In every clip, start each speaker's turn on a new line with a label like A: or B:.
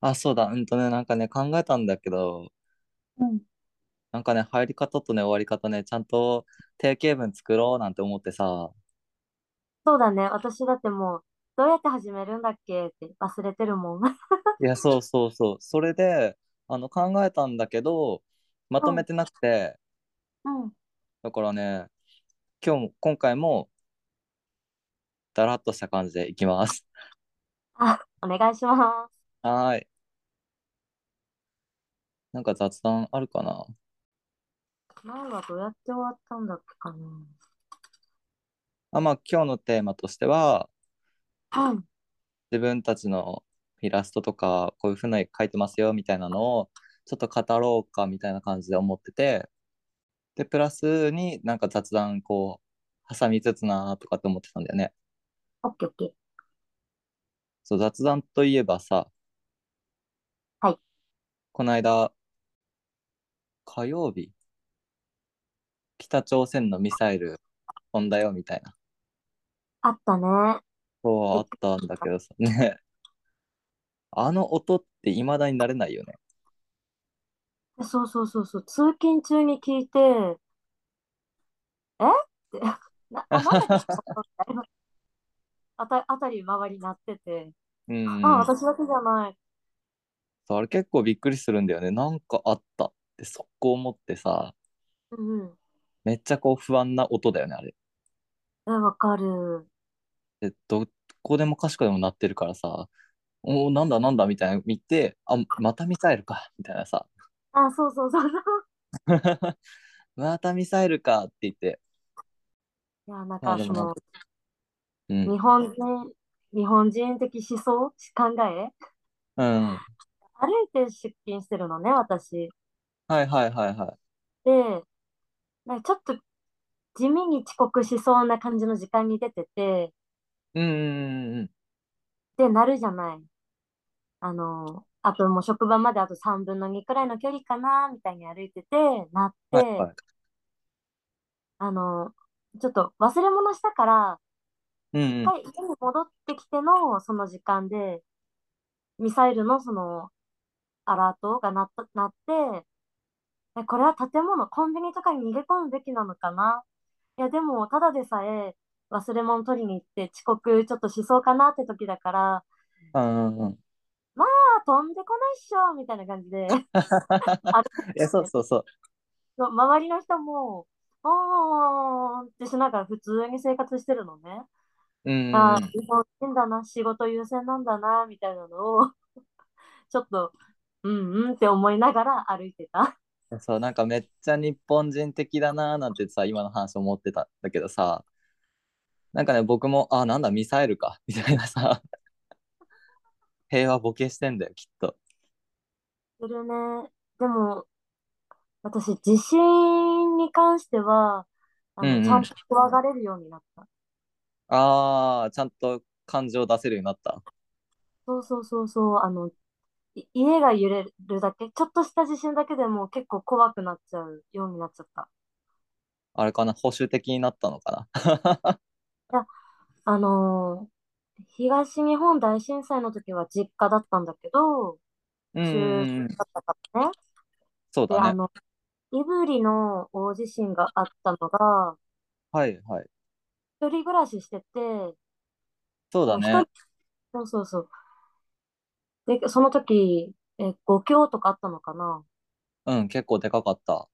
A: あ、そうだ。うんとね、なんかね、考えたんだけど、
B: うん。
A: なんかね、入り方とね、終わり方ね、ちゃんと定型文作ろうなんて思ってさ、
B: そうだね。私だってもう、どうやって始めるんだっけって忘れてるもん。うん。
A: いや、そうそうそう。それで、あの、考えたんだけど、まとめてなくて、
B: うん。
A: だからね、今日も、今回も、だらっとした感じでいきます。
B: あ、お願いします。
A: はーい。なんか雑談あるかな
B: 前はどうやって終わったんだっけかな。
A: あ、まあ、今日のテーマとしては、
B: うん。
A: 自分たちのイラストとか、こういうふうに描いてますよ、みたいなのを、ちょっと語ろうか、みたいな感じで思ってて、で、プラスになんか雑談、こう、挟みつつなーとかって思ってたんだよね。
B: オッケーオッケー。
A: そう、雑談といえばさ、
B: はい。
A: この間、火曜日、北朝鮮のミサイル飛んだよ、みたいな。
B: あったね。
A: そう、あ
B: びっ
A: っ
B: くり
A: た
B: し
A: んだけ
B: た。
A: どさ、ね。あの音って未だに慣れないよね。
B: えそうそうそうそう。通勤中に聞いて、えって、 な、あ、なんだっけ、この音みたいなあた、あたり周り鳴ってて、
A: う
B: あ、
A: ん。
B: 私だけじゃない。
A: そう、あれ結構びっくりするんだよね。なんかあったって速攻思ってさ、
B: うんうん。
A: めっちゃこう不安な音だよね、あれ。
B: え、わかる。
A: で、どこでもかしこでも鳴ってるからさ、おお、なんだなんだみたいな見て、あ、またミサイルか、みたいなさ。
B: あ、そうそうそうそう。
A: またミサイルかって言って。
B: いや、なん
A: まあ
B: か
A: で
B: そ
A: もなん
B: の、
A: か、う
B: 日
A: ん。
B: 本人、日本人的思想、考え
A: うん。はい
B: 歩いて出勤してるのね、私。
A: はいはいはい。
B: で、なんかちょっと地味に遅刻しそうな感じの時間に出てて、
A: うんうんうんうん。
B: で、なるじゃない。あの、あともう職場まであと3分の2くらいの距離かな、みたいに歩いてて、なっ
A: はい
B: て、
A: はい。
B: あの、ちょっと忘れ物したから、
A: うん
B: 一
A: うん。
B: 回家に戻ってきてのその時間で、ミサイルのそのアラートが鳴った、鳴って、え、これは建物、コンビニとかに逃げ込むべきなのかないや、でも、ただでさえ忘れ物取りに行って遅刻ちょっとしそうかなって時だから、
A: うんうんうん。
B: まあ、飛んでこないっしょみたいな感 じで歩い
A: いや、そう
B: て、
A: そうそう。
B: そう周りの人も、おーんってしながら普通に生活してるのね。
A: うん
B: あ
A: う
B: あ、
A: んうん。
B: 日本人だな、仕事優先なんだな、みたいなのを ちょっと、うんうんって思いながら歩いてた。
A: そう、なんかめっちゃ日本人的だなーなんてさ、今の話思ってたんだけどさ、なんかね、僕も、あ、なんだ、ミサイルか、 みたいなさ、平和ボケしてんだよ、きっと。
B: するね。でも、私、地震に関しては、あ
A: う
B: の、ち
A: んう
B: ゃ
A: ん。
B: んと怖がれるようになった。
A: ああ、ちゃんと感情出せるようになった。
B: そうそうそうそう、あの、い家が揺れるだけ、ちょっとした地震だけでも結構怖くなっちゃうようになっちゃった。
A: あれかな、保守的にな ったのかな。
B: いや、あのー東日本大震災の時は実家だったんだけど、
A: うん
B: 中
A: うんうん、
B: だったからね。
A: そう
B: で、
A: だ
B: あ
A: ね。
B: の、胆振の大地震があったのが、
A: はいはい。
B: 一人暮らししてて、
A: そうだ
B: もう一
A: ね。
B: 人、そうそうそう。で、その時、え、5強とかあったのかな
A: うん、結構でかかった。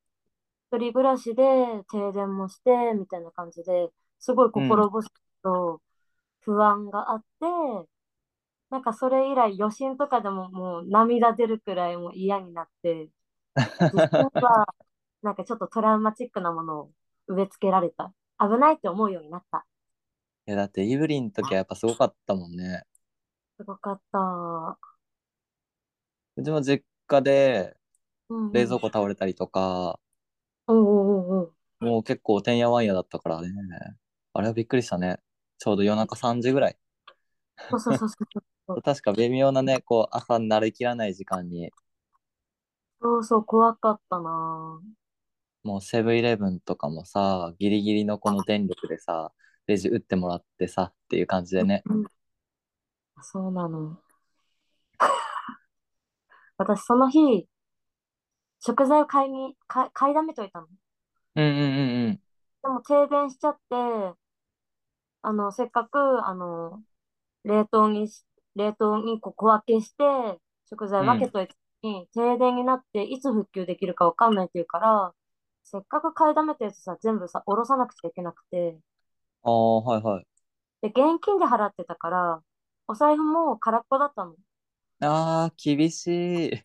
B: 一人暮らしで停電もして、みたいな感じで、すご
A: う
B: い
A: ん。
B: 心細くと不安があって、なんかそれ以来余震とかでももう涙出るくらいもう嫌になって、地震 はなんかちょっとトラウマチックなものを植え付けられた。危ないって思うようになった。
A: いや、だって、イブリンの時はやっぱすごかったもんね。
B: すごかった。
A: うちも実家で
B: うん
A: 冷
B: うん。
A: 蔵庫倒れたりとか、
B: おうおうおうおう。
A: もう結構てんやわんやだったからね。あれはびっくりしたね。ちょうど夜中3時ぐらい。
B: そうそうそうそうそう。
A: 確か微妙なね、こう、朝に慣れきらない時間に、
B: そうそう、怖かったな。
A: もうセブンイレブンとかもさ、ギリギリのこの電力でさ、レジ打ってもらってさ、っていう感じでね。
B: うん、そうなの。 私その日、食材を買いに、買い、買いだめといたの。
A: うんうんうんうん。
B: でも停電しちゃって、あの、せっかく、あの、冷凍にし、冷凍にこう小分けして、食材
A: う
B: 分け
A: ん。
B: といてに、停電になって、いつ復旧できるかわかんないっていうから、せっかく買いだめたやつさ、全部さ、おろさなくちゃいけなくて、
A: ああ、はいはい。
B: で、現金で払ってたから、お財布も空っぽだったの。
A: ああ、厳しい。
B: ね、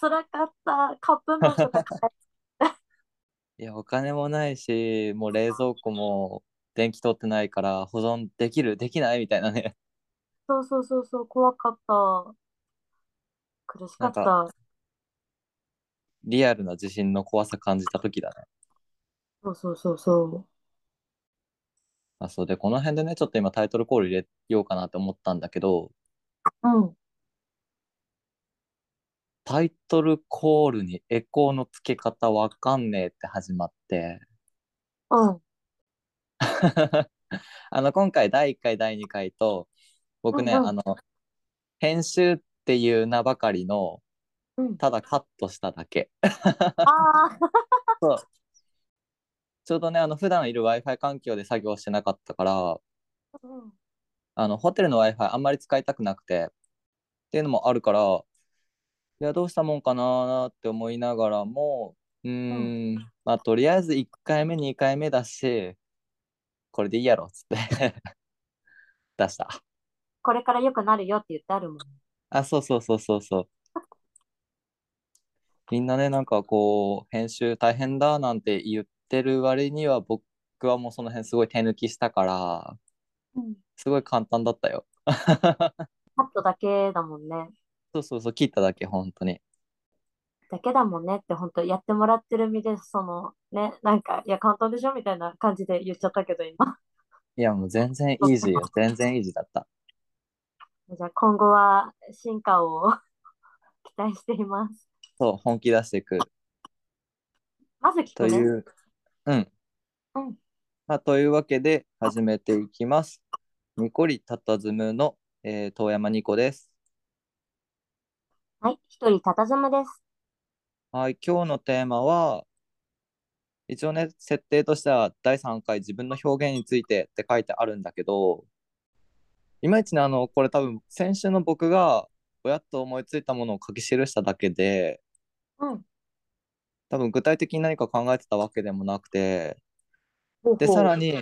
B: 辛かった。カップ麺と か買え、
A: いや、お金もないし、もう冷蔵庫も電気通ってないから保存できる、できないみたいなね。
B: そうそうそうそう、怖かった。苦しか
A: なん
B: っ
A: か、
B: た。
A: リアルな地震の怖さ感じた時だね。
B: そうそうそうそう。
A: あ、そうで、この辺でね、ちょっと今タイトルコール入れようかなって思ったんだけど、
B: うん。
A: タイトルコールにエコーの付け方わかんねえって始まって、
B: うん。
A: あの、今回第1回、第2回と、
B: う
A: 僕ね、
B: んう
A: あ
B: ん。
A: の、編集っていう名ばかりの、
B: うん。
A: ただカットしただけ。
B: ああ。
A: そう。ちょうどね、あの、普段いる Wi-Fi 環境で作業してなかったから、
B: うん
A: あの、ホテルの Wi-Fi あんまり使いたくなくて、っていうのもあるから、いや、どうしたもんかなーって思いながらも、う
B: うん。
A: ーん、まあ、とりあえず1回目、2回目だし、これでいいやろっつって 出した。
B: これから良くなるよって言ってあるもん。
A: あ、そうそうそうそうそう。みんなね、なんかこう、編集大変だなんて言ってる割には、僕はもうその辺すごい手抜きしたから、
B: うん。
A: すごい簡単だったよ。
B: カットだけだもんね。
A: そうそうそう、切っただけ、本当に。
B: だけだもんねって、本当やってもらってる身で、その、ね、なんか、いや、簡単でしょみたいな感じで言っちゃったけど、今。
A: いや、もう全然イージーよ。全然イージーだった。
B: じゃあ、今後は進化を 期待しています。
A: そう、本気出していく。
B: まず聞
A: と
B: くね。
A: いう、うん。
B: うん。
A: まあ、というわけで、始めていきます。ニコリたたずむの、えー遠山ニコです。
B: はい、一人たたずむです。
A: はい、今日のテーマは、一応ね、設定としては第3回自分の表現についてって書いてあるんだけど、いまいちね、あの、これ多分先週の僕が、ぼやっと思いついたものを書き記しただけで、
B: うん。
A: 多分具体的に何か考えてたわけでもなくて、
B: ほう
A: で、さ
B: ほ
A: ら
B: う。
A: に、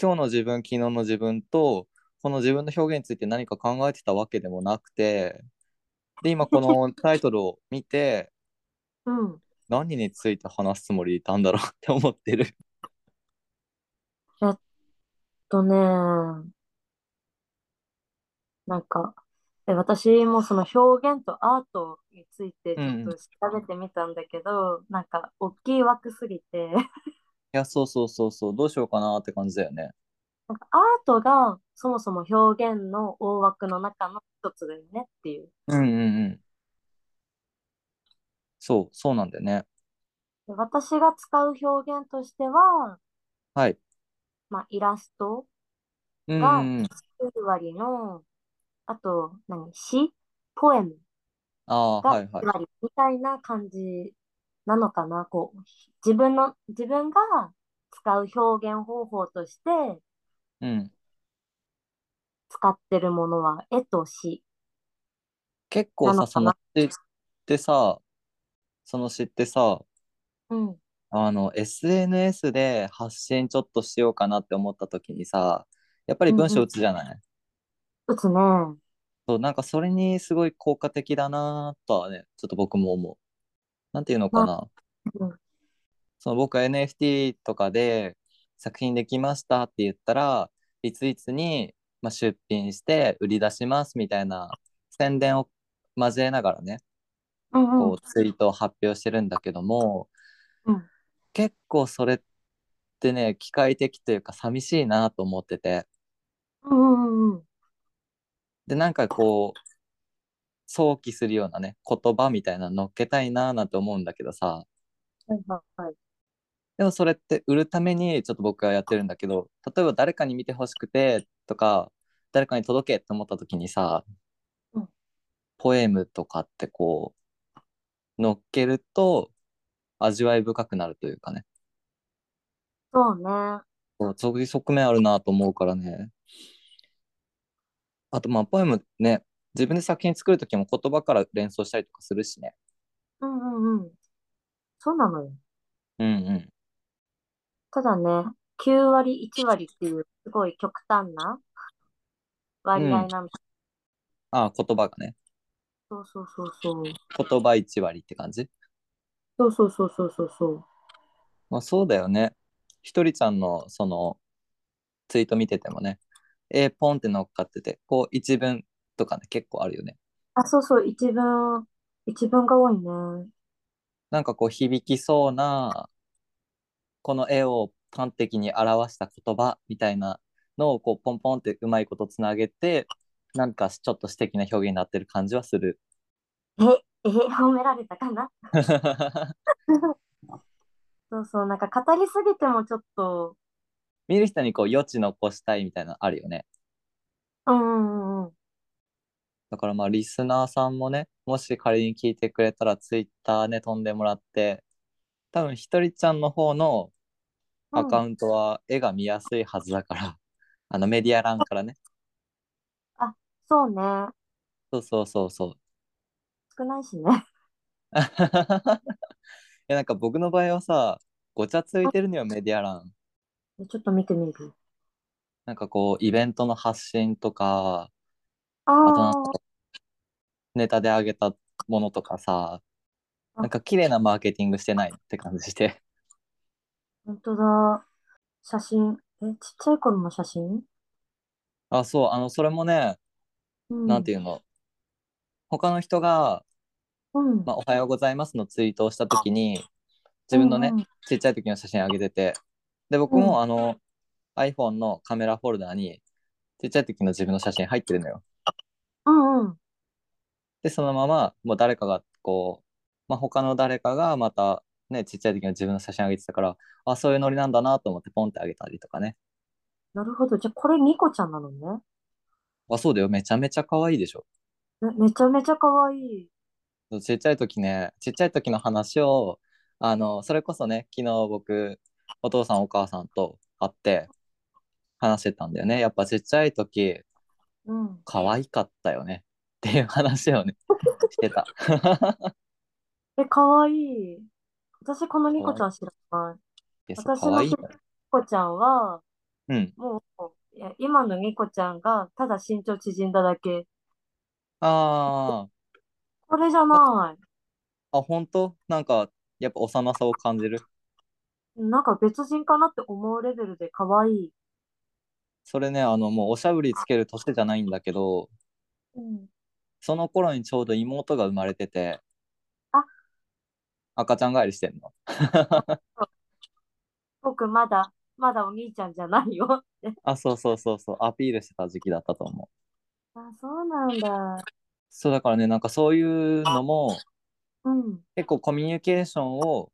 A: 今日の自分、昨日の自分と、この自分の表現について何か考えてたわけでもなくて、で、今こ のタイトルを見て、
B: うん。
A: 何について話すつもりいたんだろうって思って る。
B: えっとね、なんか、え、私もその表現とアートについて
A: う
B: ちょっ
A: んうん。い
B: と調べてみたんだけど、なんか、大きい枠すぎて、
A: や、そうそうそうそう、どうしようかなって感じだよね。
B: なんかアートがそもそも表現の大枠の中の一つだよねっていう。
A: うんうんうん。そう、そうなんだよね。
B: で私が使う表現としては、
A: はい。
B: まあ、イラスト
A: う
B: が
A: んうんうん。
B: 9割の、あと何、詩、ポエム
A: ああ、
B: が
A: はいはい。
B: 9割みたいな感じなのかな。こう、自分の、自分が使う表現方法として
A: うん。
B: 使ってるものは絵と詩
A: 結構
B: な
A: さ、
B: のか
A: その
B: な。
A: 詩ってさ、その詩ってさ、
B: うん、
A: あの、SNS で発信ちょっとしようかなって思った時にさ、やっぱり
B: うん、
A: 文
B: う
A: 章
B: ん。
A: 打つじゃない
B: 打つね。
A: そう、なんかそれにすごい効果的だなとはね、ちょっと僕も思う。なんていうのか
B: まあ、
A: な。
B: うん、
A: その僕 NFT とかで作品できましたって言ったら、いついつに、まあ、出品して売り出しますみたいな宣伝を交えながらね、
B: うん、う
A: こ
B: ん、
A: うツイートを発表してるんだけども、
B: うん。
A: 結構それってね、機械的というか寂しいなと思ってて。
B: うんうんうん
A: で、なんかこう、想起するようなね、言葉みたいなの乗っけたいななんて思うんだけどさ、
B: うんはいはいはい
A: でもそれって売るためにちょっと僕はやってるんだけど、例えば誰かに見てほしくてとか、誰かに届けって思った時にさ、
B: うん
A: ポエムとかってこう、乗っけると味わい深くなるというかね。
B: そうね。
A: こうそういう側面あるなと思うからね。あとまあ、ポエムね、自分で作品作るときも言葉から連想したりとかするしね。
B: うんうんうん。そうなのよ。
A: うんうん。
B: ただね、9割、1割っていう、すごい極端な割合なんだ。
A: ああ、言葉がね。
B: そうそうそうそう。
A: 言葉1割って感じ。
B: そうそうそうそうそうそう。
A: まあそうだよね。ひとりちゃんのそのツイート見ててもね、えー、ポンって乗っかってて、こう一文とかね、結構あるよね。
B: あ、そうそう、一文、一文が多いね。
A: なんかこう響きそうな、この絵を端的に表した言葉みたいなのをこうポンポンってうまいことつなげて、なんかちょっと詩的な表現になってる感じはする。
B: え、え、褒められたかなそうそう、なんか語りすぎてもちょっと、
A: 見る人にこう余地残したいみたいなのあるよね。
B: うんうんうんうん。
A: だからまあリスナーさんもね、もし仮に聞いてくれたらツイッターね飛んでもらって、多分ひとりちゃんの方のアカ
B: うん。
A: ウントは絵が見やすいはずだから、あのメディア欄からね。
B: あ、そうね。
A: そうそうそうそう。
B: 少ないしね。
A: いやなんか僕の場合はさ、ごちゃついてるのよメディア欄。
B: ちょっと見てみる。
A: なんかこうイベントの発信とか、
B: あ
A: あとなんか
B: ー
A: ネタで上げたものとかさ、なん
B: あ、
A: か綺麗なマーケティングしてないって感じして。
B: 本当だ。写真。え、ちっちゃい頃の写真
A: あ、そう、あの、それもね、
B: う
A: なんて
B: ん。
A: いうの、他の人が、
B: うん。
A: まあ、おはようございますのツイートをしたときに、
B: う
A: 自分のね、
B: んうん。
A: ちっちゃい時の写真上げてて、で、僕
B: うん。
A: もあの、iPhone のカメラフォルダーに、ちっちゃい時の自分の写真入ってるのよ。
B: うんうん。
A: で、そのまま、もう誰かが、こう、まあ、他の誰かがまた、ね、ちっちゃい時の自分の写真上げてたから、あ、そういうノリなんだなと思ってポンってあげたりとかね。
B: なるほど。じゃあ、これニコちゃんなのね。
A: あ、そうだよ。めちゃめちゃ可愛いでしょ。
B: め、めちゃめちゃ可愛い。
A: ちっちゃい時ね、ちっちゃい時の話を、あの、それこそね、昨日僕、お父さんお母さんと会って話してたんだよね。やっぱちっちゃい時、
B: うん。
A: 可愛かったよね。っていう話をね、してた。
B: え、可愛い。私、このニコ
A: 可愛い。
B: ちゃん知らない。
A: いや、そう、
B: 私
A: 可
B: の
A: 愛い
B: 知る
A: よ。
B: ニコちゃんは、
A: うん。
B: もう、いや、今のニコちゃんが、ただ身長縮んだだけ。
A: あ
B: これじゃ
A: ー、
B: ない。
A: あ、本当なんか、やっぱ幼さを感じる。
B: なんか別人かなって思うレベルで可愛い。
A: それね、あの、もうおしゃぶりつける年じゃないんだけど、
B: うん。
A: その頃にちょうど妹が生まれてて、
B: あ、
A: 赤ちゃん返りしてんの。
B: 僕まだ、まだお兄ちゃんじゃないよって。
A: あ、そうそうそうそう、アピールしてた時期だったと思う。
B: あ、そうなんだ。
A: そうだからね、なんかそういうのも、
B: うん。
A: 結構コミュニケーションを、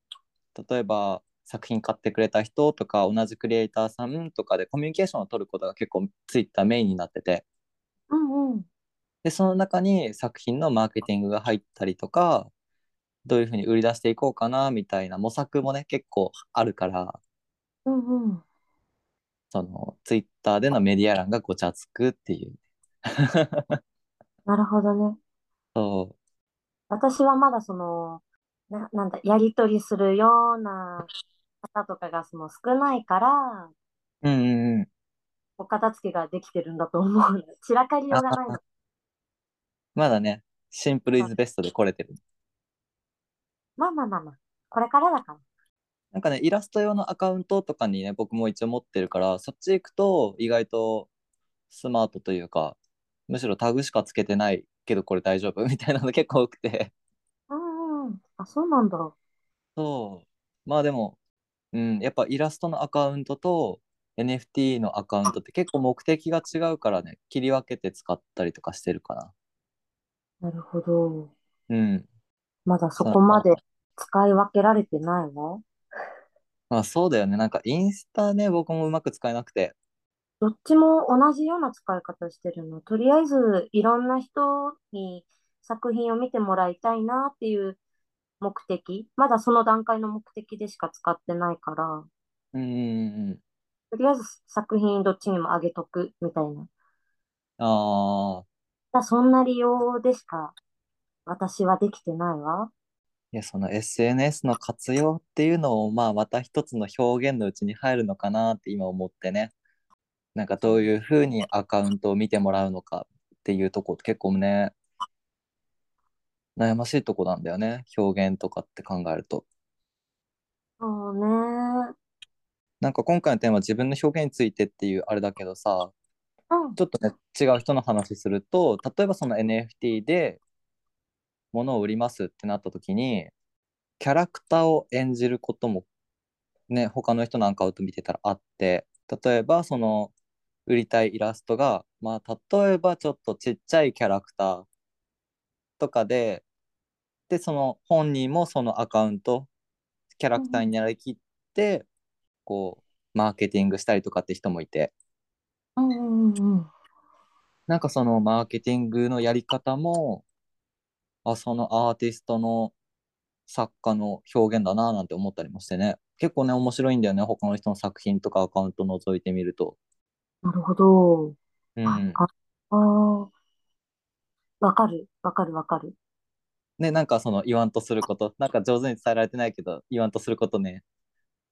A: 例えば作品買ってくれた人とか、同じクリエイターさんとかでコミュニケーションを取ることが結構ツイッターメインになってて、
B: うんうん。
A: で、その中に作品のマーケティングが入ったりとか、どういうふうに売り出していこうかなみたいな模索もね、結構あるから、
B: うんうん。
A: そのツイッターでのメディア欄がごちゃつくっていう。
B: なるほどね。
A: そう。
B: 私はまだその、な、なんだ、やりとりするような方とかがその少ないから、
A: うんうんうん。
B: お片付けができてるんだと思 う。散らかりようがない
A: あ
B: の。
A: まだね、シンプルイズベストで来れてる。
B: まあまあまあまあ。これからだから。
A: なんかね、イラスト用のアカウントとかにね、僕も一応持ってるから、そっち行くと意外とスマートというか、むしろタグしかつけてないけどこれ大丈夫みたいなの結構多くて。
B: うんうん。あ、そうなんだ。
A: そう。まあでも、うん、やっぱイラストのアカウントと NFT のアカウントって結構目的が違うからね、切り分けて使ったりとかしてるかな。
B: なるほど。
A: うん。
B: まだそ
A: そ
B: こま
A: の
B: で使い分けられてないの
A: まあそうだよね。なんかインスタね、僕もうまく使えなくて。
B: どっちも同じような使い方してるの。とりあえず、いろんな人に作品を見てもらいたいなっていう目的、まだその段階の目的でしか使ってないから、
A: うんうんうん。
B: とりあえず作品どっちにもあげとくみたいな。
A: ああ、
B: だそんな利用でしか私はできてないわ。
A: いや、その SNS の活用っていうのを、まあ、また一つの表現のうちに入るのかなって今思ってね。なんかどういうふうにアカウントを見てもらうのかっていうとこ結構ね、悩ましいとこなんだよね。表現とかって考えると。
B: そうね。
A: なんか今回のテーマは自分の表現についてっていうあれだけどさ、
B: うん、
A: ちょっとね、違う人の話すると、例えばその NFT で物を売りますってなった時に、キャラクターを演じることもね、他の人のアカウント見てたらあって、例えばその売りたいイラストが、まあ例えばちょっとちっちゃいキャラクターとかで、で、その本人もそのアカウント、キャ
B: う
A: ラクター
B: ん、
A: になりきって、こう、マーケティングしたりとかって人もいて、
B: うん、うん、うん。
A: なんかそのマーケティングのやり方も、あ、そのアーティストの作家の表現だなぁなんて思ったりもしてね。結構ね、面白いんだよね。他の人の作品とかアカウント覗いてみると。
B: なるほど。
A: う
B: あ、
A: ん。
B: あ、あー、わかる、わかる、わかる。
A: ね、なんかその言わんとすること、なんか上手に伝えられてないけど、言わんとすることね、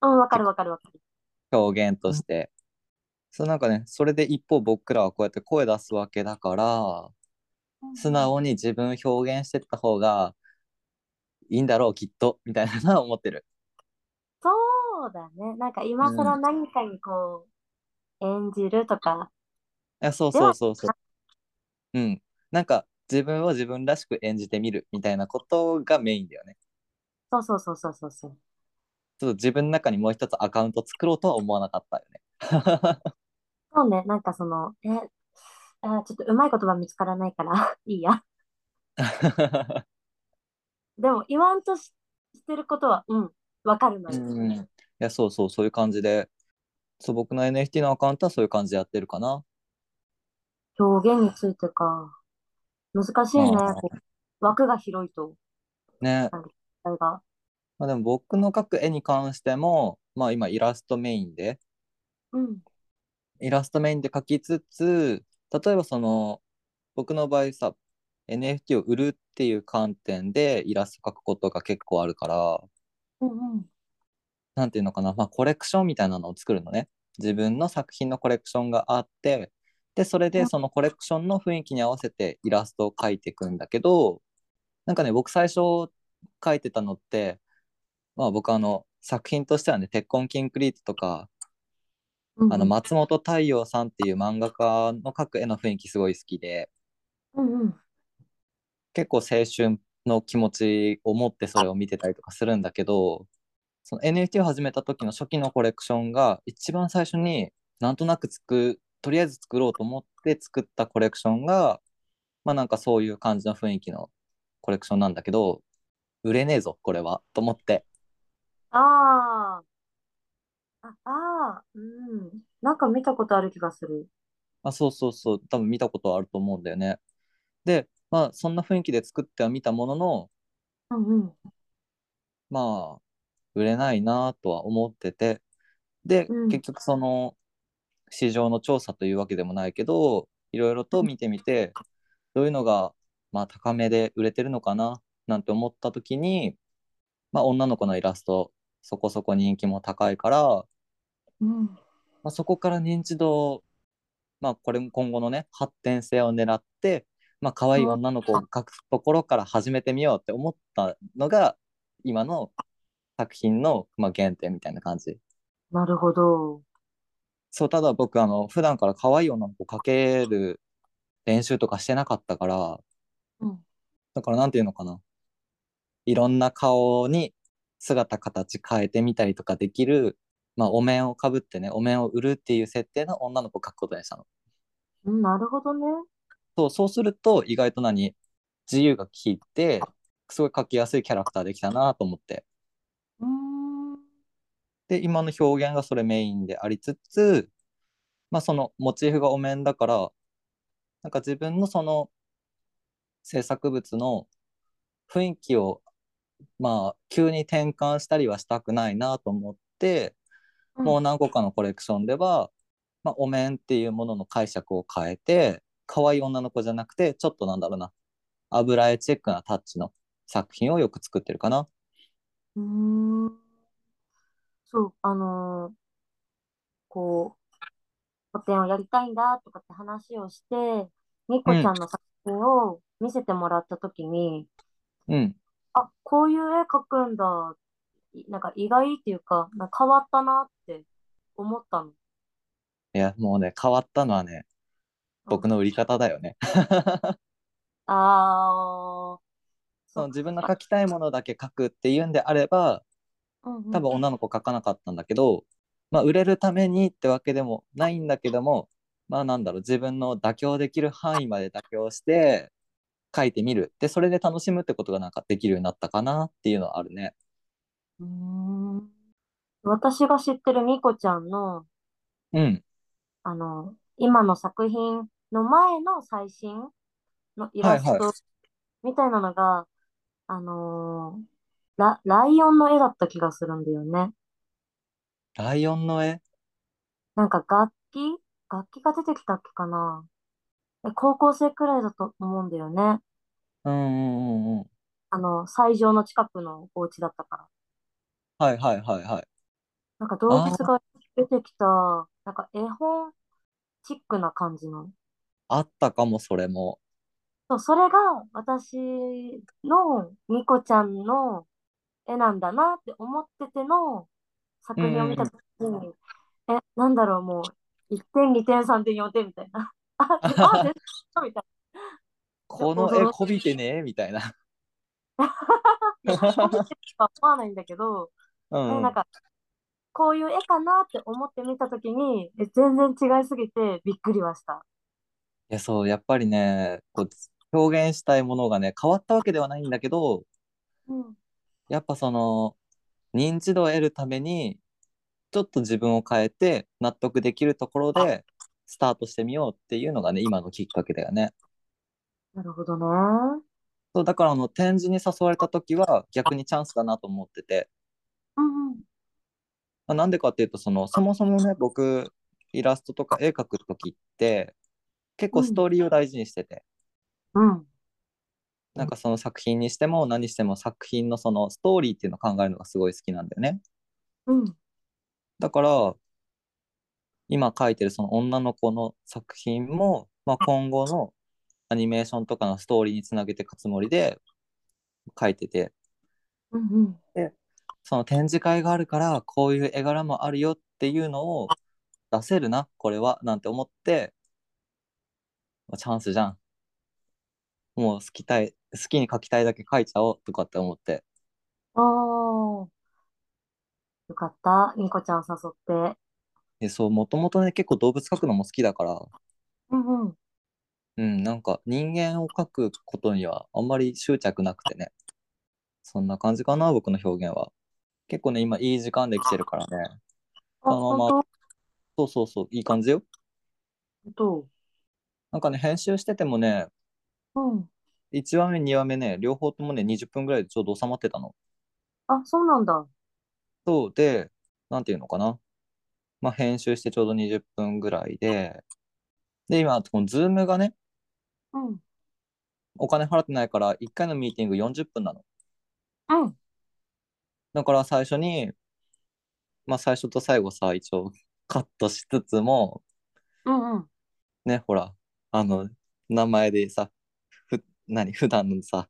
B: うん、わかる、
A: 結
B: わかる、わかる。
A: 構表現と
B: うん、
A: して。そうなんかね、それで一方僕らはこうやって声出すわけだから、
B: う
A: 素
B: ん
A: 直に自分表現してった方がいいんだろう、きっと、みたいなのは思ってる。
B: そうだね。なんか
A: う
B: 今
A: ん。
B: 更
A: い
B: 何かにこう、演じるとか
A: や、そう
B: で
A: そ
B: は
A: うそうそう。うん。なんか自分を自分らしく演じてみるみたいなことがメインだよね。
B: そうそうそうそうそうそう。
A: ちょっと自分の中にもう一つアカウント作ろうとは思わなかったよね。
B: そうね、なんかその、え、あー、ちょっとうまい言葉見つからないから いいや。でも言わんとし、してることは、うん、わかるの
A: う
B: よ。
A: ん。 いや、そうそう、そういう感じで、そう、僕の NFT のアカウントはそういう感じでやってるかな。
B: 表現についてか。難しいね。
A: ま
B: こ
A: あ、
B: う枠が広いと、
A: ね。
B: なんか、あれが。
A: まあ、でも僕の描く絵に関しても、まあ今イラストメインで、
B: うん、
A: イラストメインで描きつつ、例えばその、僕の場合さ、NFT を売るっていう観点でイラスト描くことが結構あるから、
B: うん、うん。
A: なんていうのかな、まあ、コレクションみたいなのを作るのね。自分の作品のコレクションがあって、で、それで
B: うん
A: そのコレクションの雰囲気に合わせてイラストを描いていくんだけど、なんかね、僕最初描いてたのって、まあ僕あの、作品としてはね、鉄痕キンクリートとか、
B: う
A: あの、
B: ん
A: 松本太陽さんっていう漫画家の描く絵の雰囲気すごい好きで、
B: うんうん
A: 結構青春の気持ちを持ってそれを見てたりとかするんだけど、その NFT を始めた時の初期のコレクションが一番最初になんとなくつくとりあえず作ろうと思って作ったコレクションがまあなんかそういう感じの雰囲気のコレクションなんだけど売れねえぞこれはと思って
B: あーあ、あーうん。なんか見たことある気がする。
A: あそうそうそう多分見たことはあると思うんだよねでまあそんな雰囲気で作ってはみたものの
B: うんうん。
A: まあ売れないなとは思っててで
B: うん。
A: 結局その市場の調査というわけでもないけどいろいろと見てみてどういうのが、まあ、高めで売れてるのかななんて思った時に、まあ、女の子のイラストそこそこ人気も高いから、ま
B: うん。
A: あ、そこから認知度、まあ、これも今後のね発展性を狙って、まあ可愛い
B: あ
A: 女の子を描くところから始めてみようって思ったのが今の作品の、まあ、原点みたいな感じ。
B: なるほど。
A: そうただ僕あの普段から可愛い女の子を描ける練習とかしてなかったから
B: うん。
A: だからなんていうのかないろんな顔に姿形変えてみたりとかできる、まあ、お面をかぶってね、お面を売るっていう設定の女の子を描くことにしたの。
B: うんなるほどね。
A: そう、そうすると意外と何自由が利いて、すごい描きやすいキャラクターできたなと思って。
B: うーん。
A: で、今の表現がそれメインでありつつ、まあそのモチーフがお面だから、なんか自分のその制作物の雰囲気を、まあ、急に転換したりはしたくないなと思って、
B: うん
A: もう何個かのコレクションでは、まあ、お面っていうものの解釈を変えて、可愛い女の子じゃなくて、ちょっとなんだろうな、油絵チェックなタッチの作品をよく作ってるかな。
B: うーん。そう、あのーこう、個展をやりたいんだとかって話をして、みこちゃんの作品を見せてもらったときに、
A: うん。
B: あ、こういう絵描くんだ、いなんか意外っていうか、なんか変わったなって思ったの。
A: いや、もうね、変わったのはね、僕の売り方だよね。
B: ああ、
A: そ
B: そ
A: の
B: っ
A: 自分の
B: か。
A: 描きたいものだけ描くっていうんであれば、
B: うんう
A: 多分
B: ん。
A: 女の子描かなかったんだけど、まあ、売れるためにってわけでもないんだけども、まあなんだろう、自分の妥協できる範囲まで妥協して描いてみる。で、それで楽しむってことがなんかできるようになったかなっていうのはあるね。
B: うーん。私が知ってるみこちゃんの、
A: うん。
B: あの、今の作品の前の最新のイ
A: は
B: ラ
A: い
B: ス
A: はい。
B: トみたいなのが、あのーラ、ライオンの絵だった気がするんだよね。
A: ライオンの絵
B: なんか楽器楽器が出てきたっけかなえ高校生くらいだと思うんだよね。
A: うんうんうんうん。
B: あの、斎場の近くのお家だったから。
A: はいはいはいはい。
B: なんか動
A: あ
B: 物
A: ー
B: が出てきた、なんか絵本チックな感じの。
A: あったかも、それも。
B: そう、それが私のニコちゃんの絵なんだなって思ってての
A: う
B: 作品を
A: んう
B: 見
A: んう
B: た
A: ん。
B: ときに、え、なんだろう、もう、1点、2点、3点、4点みたいな。 あ、
A: あ
B: え、
A: は
B: あ、
A: は
B: 全然違うみたいな。で、
A: この絵
B: 驚
A: こびてねみたい な。
B: いや、こびてるとは思わないんだけど、
A: う
B: え、
A: んう
B: なん
A: ん。
B: か、こういう絵かなって思って見たときに、え、全然違いすぎてびっくりはした。
A: いや、そう、やっぱりね、こう、表現したいものがね、変わったわけではないんだけど、
B: うん。
A: やっぱその、認知度を得るために、ちょっと自分を変えて、納得できるところで、スタートしてみようっていうのがね、今のきっかけだよね。
B: なるほどね。
A: そう、だから、あの、展示に誘われた時は、逆にチャンスだなと思ってて、
B: うんうん。
A: まあなんでかっていうと、その、そもそもね、僕、イラストとか絵描く時って、結
B: う
A: 構ス
B: ん。
A: トーリーを大事にしてて、
B: うん。
A: なんかその作品にしても何しても作品のそのストーリーっていうのを考えるのがすごい好きなんだよね。
B: うん。
A: だから今描いてるその女の子の作品も、まあ、今後のアニメーションとかのストーリーにつなげていくつもりで描いてて、
B: うんうん。
A: で、その展示会があるからこういう絵柄もあるよっていうのを出せるな、これは、なんて思って、まあチャンスじゃん。もう好きたい、好きに描きたいだけ描いちゃおうとかって思って。
B: おー。よかった。ニコちゃん誘って。
A: で、そう、もともとね、結構動物描くのも好きだから、
B: うんうん。
A: うん、なんか人間を描くことにはあんまり執着なくてね、そんな感じかな、僕の表現は。結構ね、今いい時間できてるからね、
B: あ、
A: この
B: 本
A: まま、
B: 当
A: そうそうそう、いい感じよ。
B: 本当
A: なんかね、編集しててもね、
B: うん。
A: 1話目、2話目ね、両方ともね、20分ぐらいでちょうど収まってたの。
B: あ、そうなんだ。
A: そうで、なんていうのかな。まあ、編集してちょうど20分ぐらいで、で、今、このズームがね、
B: うん。
A: お金払ってないから、1回のミーティング40分なの。
B: うん。
A: だから最初に、まあ、最初と最後さ、一応カットしつつも、
B: うんうん。
A: ね、ほら、あの、名前でさ、ふ、何、普段のさ、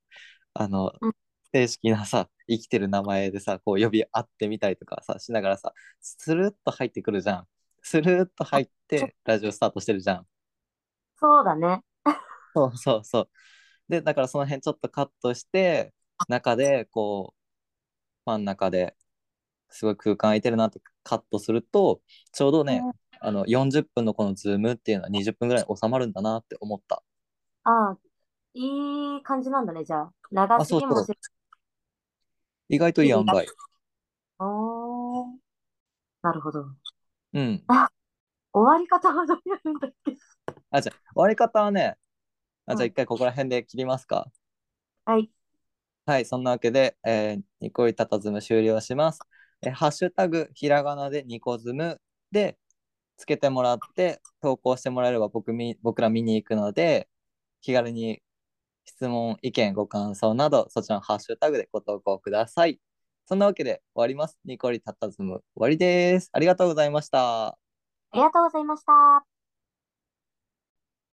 A: あの、
B: うん
A: 正式なさ、生きてる名前でさ、こう呼び合ってみたりとかさ、しながらさ、スルッと入ってくるじゃん。スルッと
B: あ
A: 入っ
B: そ
A: て、ラジオスタートしてるじゃん。
B: そうだね。
A: そうそうそう。で、だからその辺ちょっとカットして、中で、こう、真ん中で、すごい空間空いてるなってカットすると、ちょうど
B: う
A: ね、
B: ん。
A: あの、40分のこのズームっていうのは20分ぐらいに収まるんだなって思った。
B: ああ、いい感じなんだね、じゃあ。長
A: あ、
B: す
A: そう
B: ぎも
A: そう。
B: せず、
A: 意外とい
B: ギ
A: い塩
B: リが。
A: 梅。
B: おー。なるほど。
A: うん。
B: あ、終わり方はどうやるんだっけ
A: あ、じゃあ、終わり方はね、あじゃあ一回ここら辺で切りますか。
B: はい。
A: はい、そんなわけで、えーニコイタタズム終了します。えーハッシュタグひらがなでニコズムでつけてもらって投稿してもらえれば僕み僕ら見に行くので気軽に質問、意見、ご感想などそちらのハッシュタグでご投稿ください。そんなわけで終わります。ニコリタタズム終わりです。ありがとうございました。
B: ありがとうございました。